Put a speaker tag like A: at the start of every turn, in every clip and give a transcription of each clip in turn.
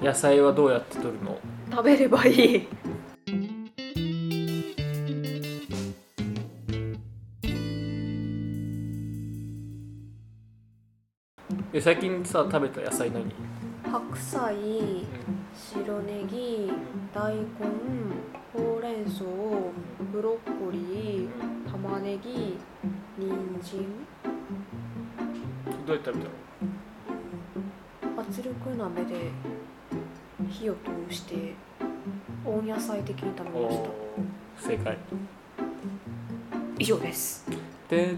A: 野菜はどうやって取るの
B: 食べればいい
A: え最近さ食べた野菜何
B: 白菜白ネギ大根ほうれん草ブロッコリー玉ねぎ人参
A: どうやって食べたの
B: 圧力鍋で火を通して温野菜的に食べました
A: 正解
B: 以上です
A: で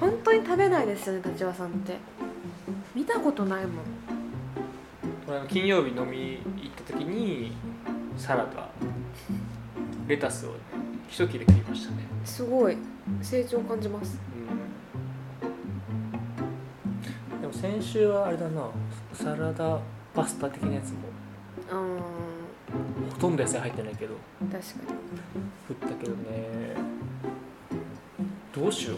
B: 本当に食べないですよね立場さんって見たことないもん
A: 俺あの金曜日飲み行った時にサラダレタスを一切れ切りましたね
B: すごい成長感じます
A: うんでも先週はあれだなサラダパスタ的なやつも
B: うー
A: ほとんど野菜入ってないけど
B: ん確かに
A: 振ったけどねどうしよ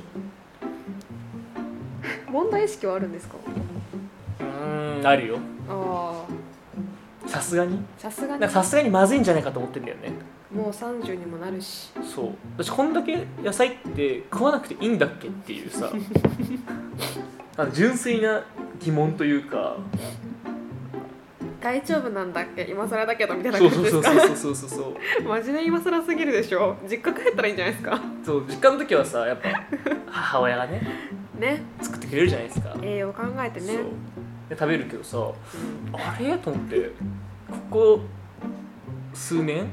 B: 問題意識はあるんですか
A: ううーんあるよ
B: あ
A: さすがに
B: あさすが
A: なん
B: に
A: かさすがにまずいんじゃないかと思ってんだよね
B: もう30にもなるし
A: そう私こんだけ野菜って食わなくていいんだっけっていう さあの純粋な疑問というか
B: 大丈夫なんだっけ今更だけどみたいな
A: そ
B: 感
A: う
B: じ
A: そう
B: です
A: そ
B: か
A: うそうそうそうそう
B: マジで今更すぎるでしょ実家帰ったらいいんじゃないですか
A: そう実家の時はさやっぱ母親がね
B: ね
A: 作ってくれるじゃないですか、
B: 栄養考えて
A: そ
B: ね
A: うで食べるけどさ
B: う
A: あれと思ってここ数年
B: ん、うん、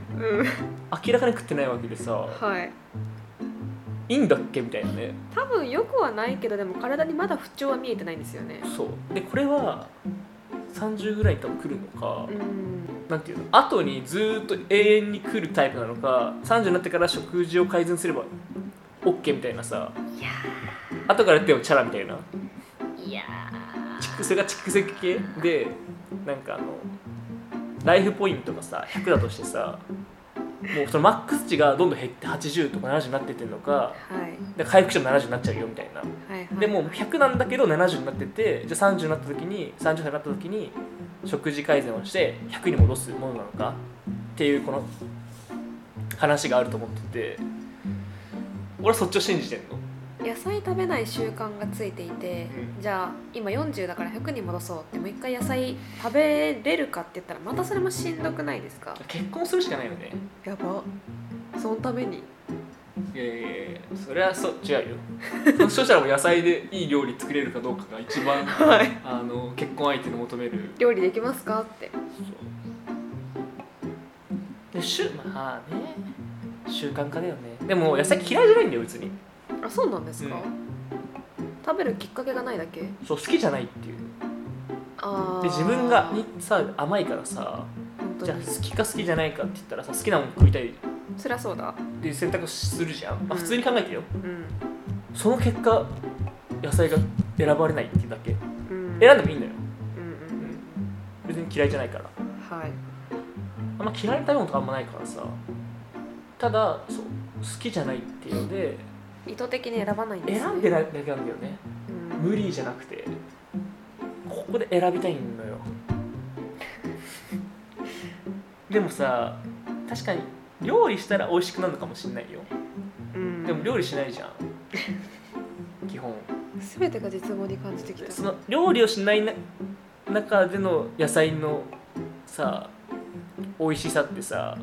A: 明らかに食ってないわけでさ
B: はい
A: いいんだっけみたいなね
B: 多分よくはないけどでも体にまだ不調は見えてないんですよね
A: そうでこれは30ぐらいに多分来るのか、
B: うん
A: なんていうの後にずーっと永遠に来るタイプなのか30になってから食事を改善すれば OK みたいなさ
B: いや
A: 後からやってもチャラみたいない
B: や
A: 蓄積が蓄積系でなんかあのライフポイントがさ100だとしてさもうそのマックス値がどんどん減って80とか70になってってるのか
B: はい
A: で回復しても70になっちゃうよみたいな
B: はいはい
A: でもう100なんだけど70になっててじゃあ30になった時に30歳になった時に食事改善をして100に戻すものなのかっていうこの話があると思ってて俺はそっちを信じてんの
B: 野菜食べない習慣がついていて、
A: うん
B: じゃあ今40だから100に戻そうってもう一回野菜食べれるかって言ったらまたそれもしんどくないですか
A: 結婚するしかないよね
B: やばそのために
A: いやいやいやそれはそ違うよそしたらもう野菜でいい料理作れるかどうかが一番
B: はい
A: あの結婚相手の求める
B: 料理できますかって
A: で週まあね習慣化だよねでも野菜嫌いじゃないんだよ別に
B: あそうなんですか、
A: う
B: 食べるきっかけがないだけ
A: そう好きじゃないっていう
B: あー
A: で自分がにさ甘いからさ
B: 本当
A: じゃあ
B: に
A: 好きか好きじゃないかって言ったらさ好きなもの食いたいっ
B: そりゃそうだ
A: ていう選択するじゃん、ま
B: う
A: あ、
B: ん
A: 普通に考えてよ
B: うん、
A: その結果野菜が選ばれないっていうだけ
B: うん、
A: 選んでもいいんだよ
B: うん
A: 別に嫌いじゃないから
B: うんうんはい
A: あんま嫌いな食べ物とかあんまないからさただそう好きじゃないっていうので
B: 意図的に選ばないんです、ね、
A: 選んでないだけなんだよね
B: うん、
A: 無理じゃなくてここで選びたいのよ でもさ確かに料理したら美味しくなるのかもしれないよ
B: うん、
A: でも料理しないじゃ ん基本
B: 全てが絶望に感じてきた
A: その料理をしないな中での野菜のさ美味しさってさ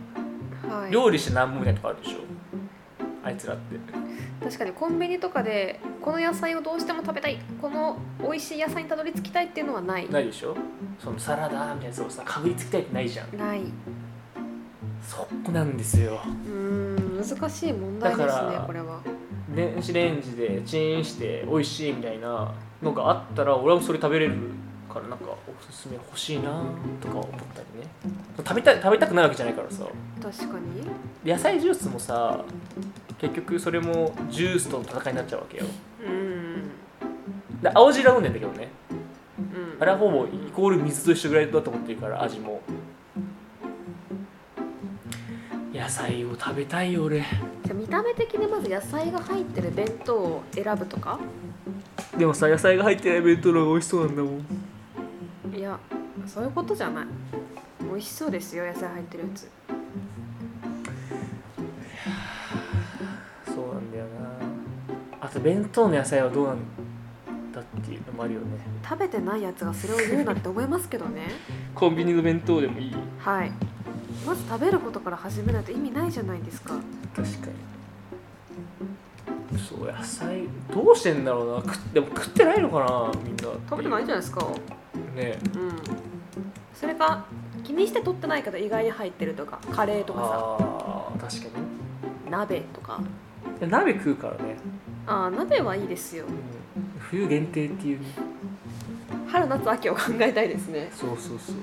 B: はい
A: 料理して何もみたいなとこあるでしょあいつらって
B: 確かにコンビニとかでこの野菜をどうしても食べたいこの美味しい野菜にたどり着きたいっていうのはない
A: ないでしょそのサラダみたいなやつをさかぶりつきたいってないじゃん
B: ない
A: そこなんですよ
B: うーん難しい問題ですね
A: だから
B: これは
A: 電子レンジでチンして美味しいみたいなのがあったら俺もそれ食べれるからなんかおすすめ欲しいなとか思ったりね食べたい食べたくないわけじゃないからさ
B: 確かに
A: 野菜ジュースもさ結局それもジュースとの戦いになっちゃうわけよ
B: うーん
A: で青汁は飲んでんだけどね
B: うん
A: あれはほぼイコール水と一緒ぐらいだと思ってるから味も野菜を食べたいよ俺
B: じゃあ見た目的にまず野菜が入ってる弁当を選ぶとか
A: でもさ野菜が入ってない弁当の方が美味しそうなんだもん
B: いやそういうことじゃない美味しそうですよ野菜入ってるやつ
A: そうなんだよなあと弁当の野菜はどうなんだっていうのもあるよね
B: 食べてないやつがそれを言うなって思いますけどね
A: コンビニの弁当でもいい
B: はいまず食べることから始めないと意味ないじゃないですか
A: 確かにそう野菜どうしてんだろうな食っでも食ってないのかなみんな
B: 食べてないいじゃないですか
A: ね
B: うんそれか気にして取ってない方意外に入ってるとかカレーとかさ
A: ああ確か
B: 鍋とか
A: にで鍋食うからね、
B: あー鍋はいいですよ
A: 冬限定っていうね
B: 春夏秋を考えたいですね
A: そうそうそう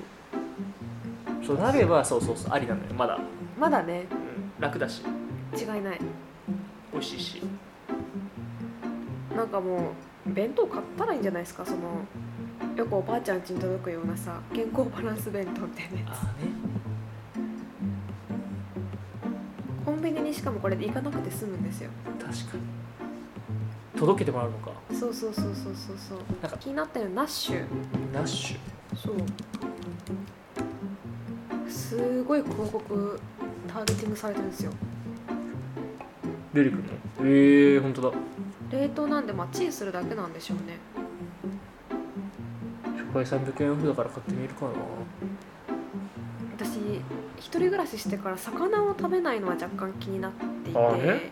A: そう鍋はそうそうそうありなのよまだ、
B: まだね
A: 楽だし
B: 違いない
A: 美味しいし
B: なんかもう弁当買ったらいいんじゃないですかそのよくおばあちゃん家に届くようなさ健康バランス弁当みたいなや
A: ああね
B: つコンビニにしかもこれで行かなくて済むんですよ
A: 確かに届けてもらうのか
B: そうそうそうそうそうそう
A: なんか
B: 気になってるナッシュ
A: ナッシュ
B: そうすごい広告ターゲティングされてるんですよ
A: 出てくるのええー、本当だ
B: 冷凍なんでまあチンするだけなんでしょうね
A: 初回300円オフだから買ってみるかな
B: 私一人暮らししてから魚を食べないのは若干気になっていて
A: あれ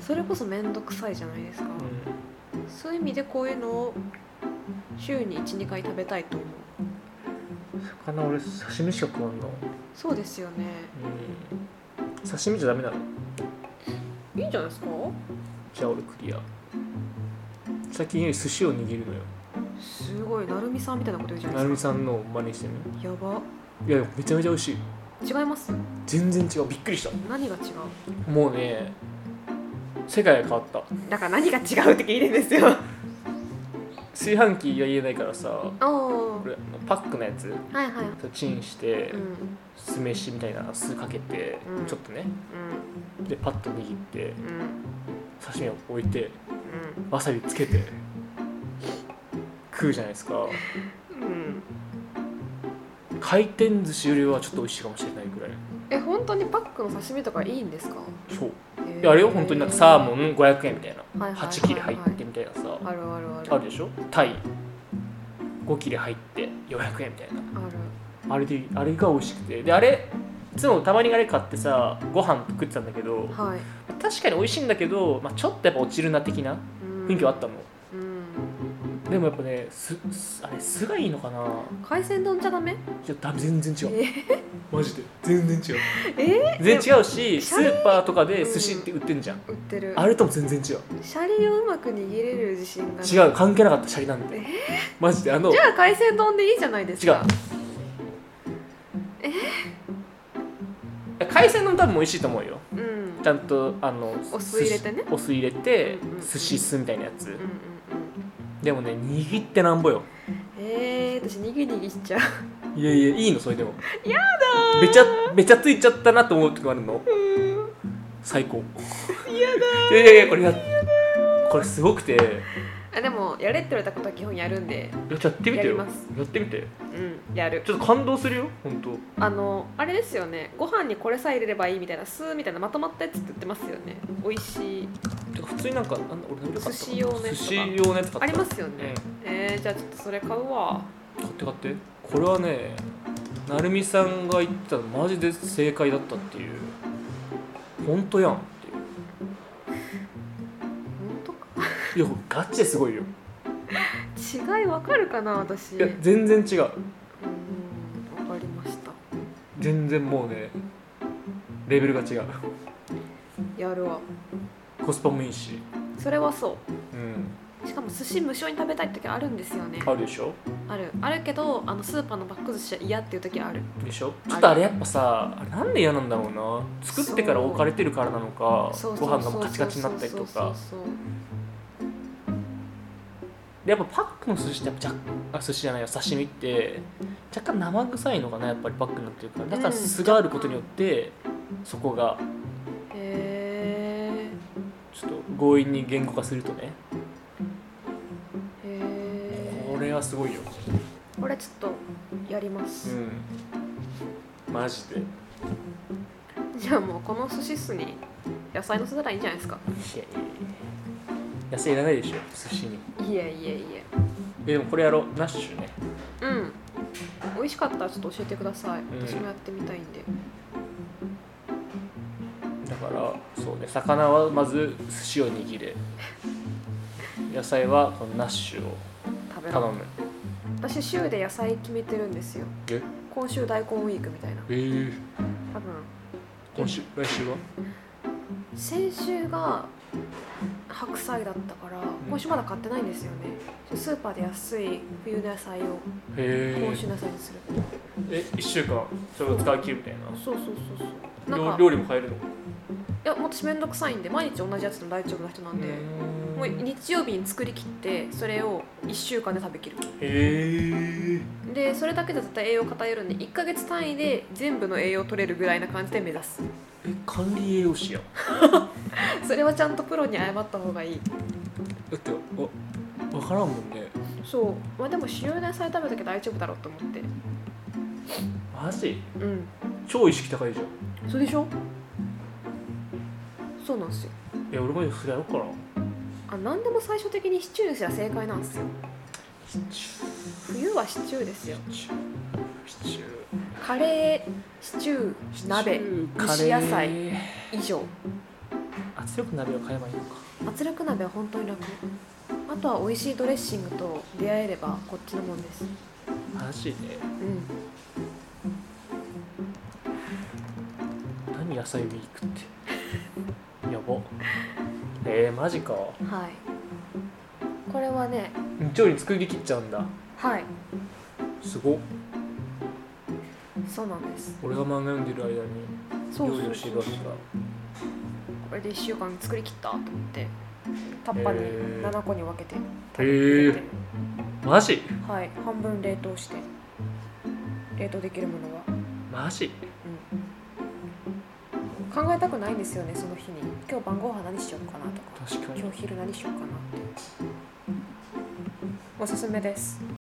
B: それこそ面倒くさいじゃないですか、
A: う
B: そういう意味でこういうのを週に12回食べたいと思うん
A: 魚俺刺身しか食わんな
B: そうですよね
A: うん刺身じゃダメなの
B: いいんじゃないですか
A: じゃあ俺クリア最近より寿司を握るのよ
B: すごいなるみさんみたいなこと言うじゃな
A: ないる
B: で
A: み
B: すか
A: さんのを真似してね
B: やば
A: いやめちゃめちゃ美味しい
B: 違います
A: 全然違うびっくりし
B: 何が違う
A: たもうね世界が変わった
B: だから何が違うって聞いてんですよあ
A: 炊飯器が言えないからさ
B: あは
A: 俺パックのやつ
B: いはい
A: チンして
B: うんうん
A: 酢飯みたいな酢かけて、
B: うん
A: ちょっとねでパッと握って
B: うん
A: 刺身を置いて
B: う
A: わさびつけて食うじゃないですか
B: んうん
A: 回転寿司よりはちょっと美味しいかもしれないぐらい
B: え本当にパックの刺身とかいいんですか
A: そう
B: へ
A: で
B: ー
A: あれよ本当になんかサーモン500円みたいな、
B: はいはいはいはい
A: 8切れ入ってみたいなさ、
B: あるあるある
A: あるでしょタイ5切れ入って400円みたいな
B: あ
A: あれであれが美味しくてであれいつもたまにあれ買ってさご飯食ってたんだけど
B: るはい
A: 確かに美味しいんだけど、まあ、ちょっとやっぱ落ちるな的な
B: うん
A: 雰囲気はあったの、
B: うん
A: でもやっぱねすすあれ酢がいいのかな
B: 海鮮丼じゃダメ
A: いやだ全然違う
B: え
A: マジで全然違う
B: え
A: 全然違うしス
B: シャリ
A: ーパーとかで寿司って売ってんじゃん、
B: 売ってる
A: あれとも全然違う
B: シャリをうまく握れる自信がない
A: 違う関係なかったシャリなん
B: え
A: でマジであの
B: じゃあ海鮮丼でいいじゃないですか
A: 海鮮丼多分美味しいと思うよ
B: うんうん
A: ちゃんとあの
B: お酢入れてね
A: 寿司お酢入れて、
B: うんうんうん
A: 寿司酢みたいなやつ、
B: うんうん
A: でもね握ってなんぼよ
B: えー、私にぎにぎし ちゃう
A: いやいやいいのそれでもやだべちゃべちゃついちゃったなと思う時もあるの最高やだいやいやいやこれやこれすごくて
B: あでもやれって言われたことは基本やるんで
A: やってみて
B: やり
A: よ
B: ます
A: やってみて
B: うんやる
A: ちょっと感動するよ本当
B: あのあれですよねご飯にこれさえ入れればいいみたいな酢みたいなまとまったやつって言ってますよね美味しい
A: てか普通になんかなんだ俺何で買ったかな
B: 寿司用のやつと
A: 寿
B: か
A: 司用のやつ買った
B: ありますよ
A: うん
B: ね、えー、じゃあちょっとそれ買うわ
A: 買って買ってこれはねなるみさんが言ってたのマジで正解だったっていう本当やんっていう
B: 本当か
A: いやこれガチですごいよ
B: 違いわかるかな私
A: いや全然違う
B: うんわかりました
A: 全然もうねレベルが違う
B: やるわ
A: コスパもいいし
B: それはそ
A: うん
B: うしかも寿司無償に食べたい時あるんですよね
A: あるでしょ
B: あるあるけどあのスーパーのバック寿司は嫌っていう時ある
A: でしょちょっとあれやっぱさあれなんで嫌なんだろうな作ってから置かれてるからなのか
B: そう
A: ご飯がもうカチカチになったりとか
B: そうそう
A: でやっぱパックの寿司ってやっぱ若あ寿司じゃないよ刺身って若干生臭いのかなやっぱりパックになってるからだから酢があることによってそこが
B: そうへ
A: ちょっと強引に言語化するとね
B: えへえ
A: これはすごいよ
B: これちょっとやりま
A: う
B: す、
A: んマジでい
B: じゃあもうこの寿司酢に野菜のせたらいいんじゃないですか
A: やいや野菜いらないでしょ寿司に
B: いえいえいえ
A: えでもこれやろうナッシュね
B: うん美味しかったらちょっと教えてください、
A: ん
B: 私もやってみたいんで
A: だからそうね魚はまず寿司を握れ野菜はこのナッシュを
B: 食べろ
A: 頼む
B: 私週で野菜決めてるんですよ
A: え
B: 今週大根ウィークみたいな
A: えー、
B: 多分
A: 今週来週は
B: 先週が白菜だったから今週まだ買ってないんですよねスーパーで安い冬の野菜を
A: へ
B: 今週の野菜にする、
A: ええ1週間それを使い切るみたい
B: そうそうそうそう
A: な
B: なん
A: 料
B: か
A: 料理も変えるの
B: いや私面倒くさいんで毎日同じやつでも大丈夫な人なんで、もう
A: へ
B: 日曜日に作り切ってそれを1週間で食べきる
A: え
B: でそれだけで絶対栄養偏るんで1ヶ月単位で全部の栄養取れるぐらいな感じで目指す
A: え管理栄養士やん
B: それはちゃんとプロに謝った方がいい
A: だってわわからんもんね
B: そうまあでも塩野菜食べときゃ大丈夫だろうと思って
A: マジ
B: うん
A: 超意識高いじゃん
B: そうでしょそうなんですよ
A: え俺もそれやろうかな
B: あ何でも最終的にシチューにすら正解なんですよ
A: シチ
B: 冬はシチューですよ
A: ューシチューシチュ
B: カレーシチュー
A: ー
B: 鍋
A: シチュー
B: 蒸
A: カ
B: し
A: レ
B: 野菜
A: ー
B: 以上
A: 圧力鍋を買えばいいのか
B: 圧力鍋は本当に楽あとは美味しいドレッシングと出会えればこっちのもんです
A: マジで
B: うん
A: 何野菜ウィークってやばえー、マジか
B: はい。これはね、
A: 日曜に作り切っちゃうんだ
B: はい、
A: すごっ
B: そうなんです。
A: 俺が漫画読んでる間に
B: そう
A: 料
B: そ
A: 理
B: う
A: をして
B: そ
A: るわ
B: う
A: け。だ
B: これで1週間作り切ったと思って、タッパーに
A: へー
B: 7個に分けて食べて
A: へー
B: て、
A: マジ
B: はい、半分冷凍して、冷凍できるものは。
A: マジ
B: 考えたくないんですよね、その日に。今日晩ご飯何しようかなとか、
A: 確かに
B: 今日昼何しようかなって。おすすめです。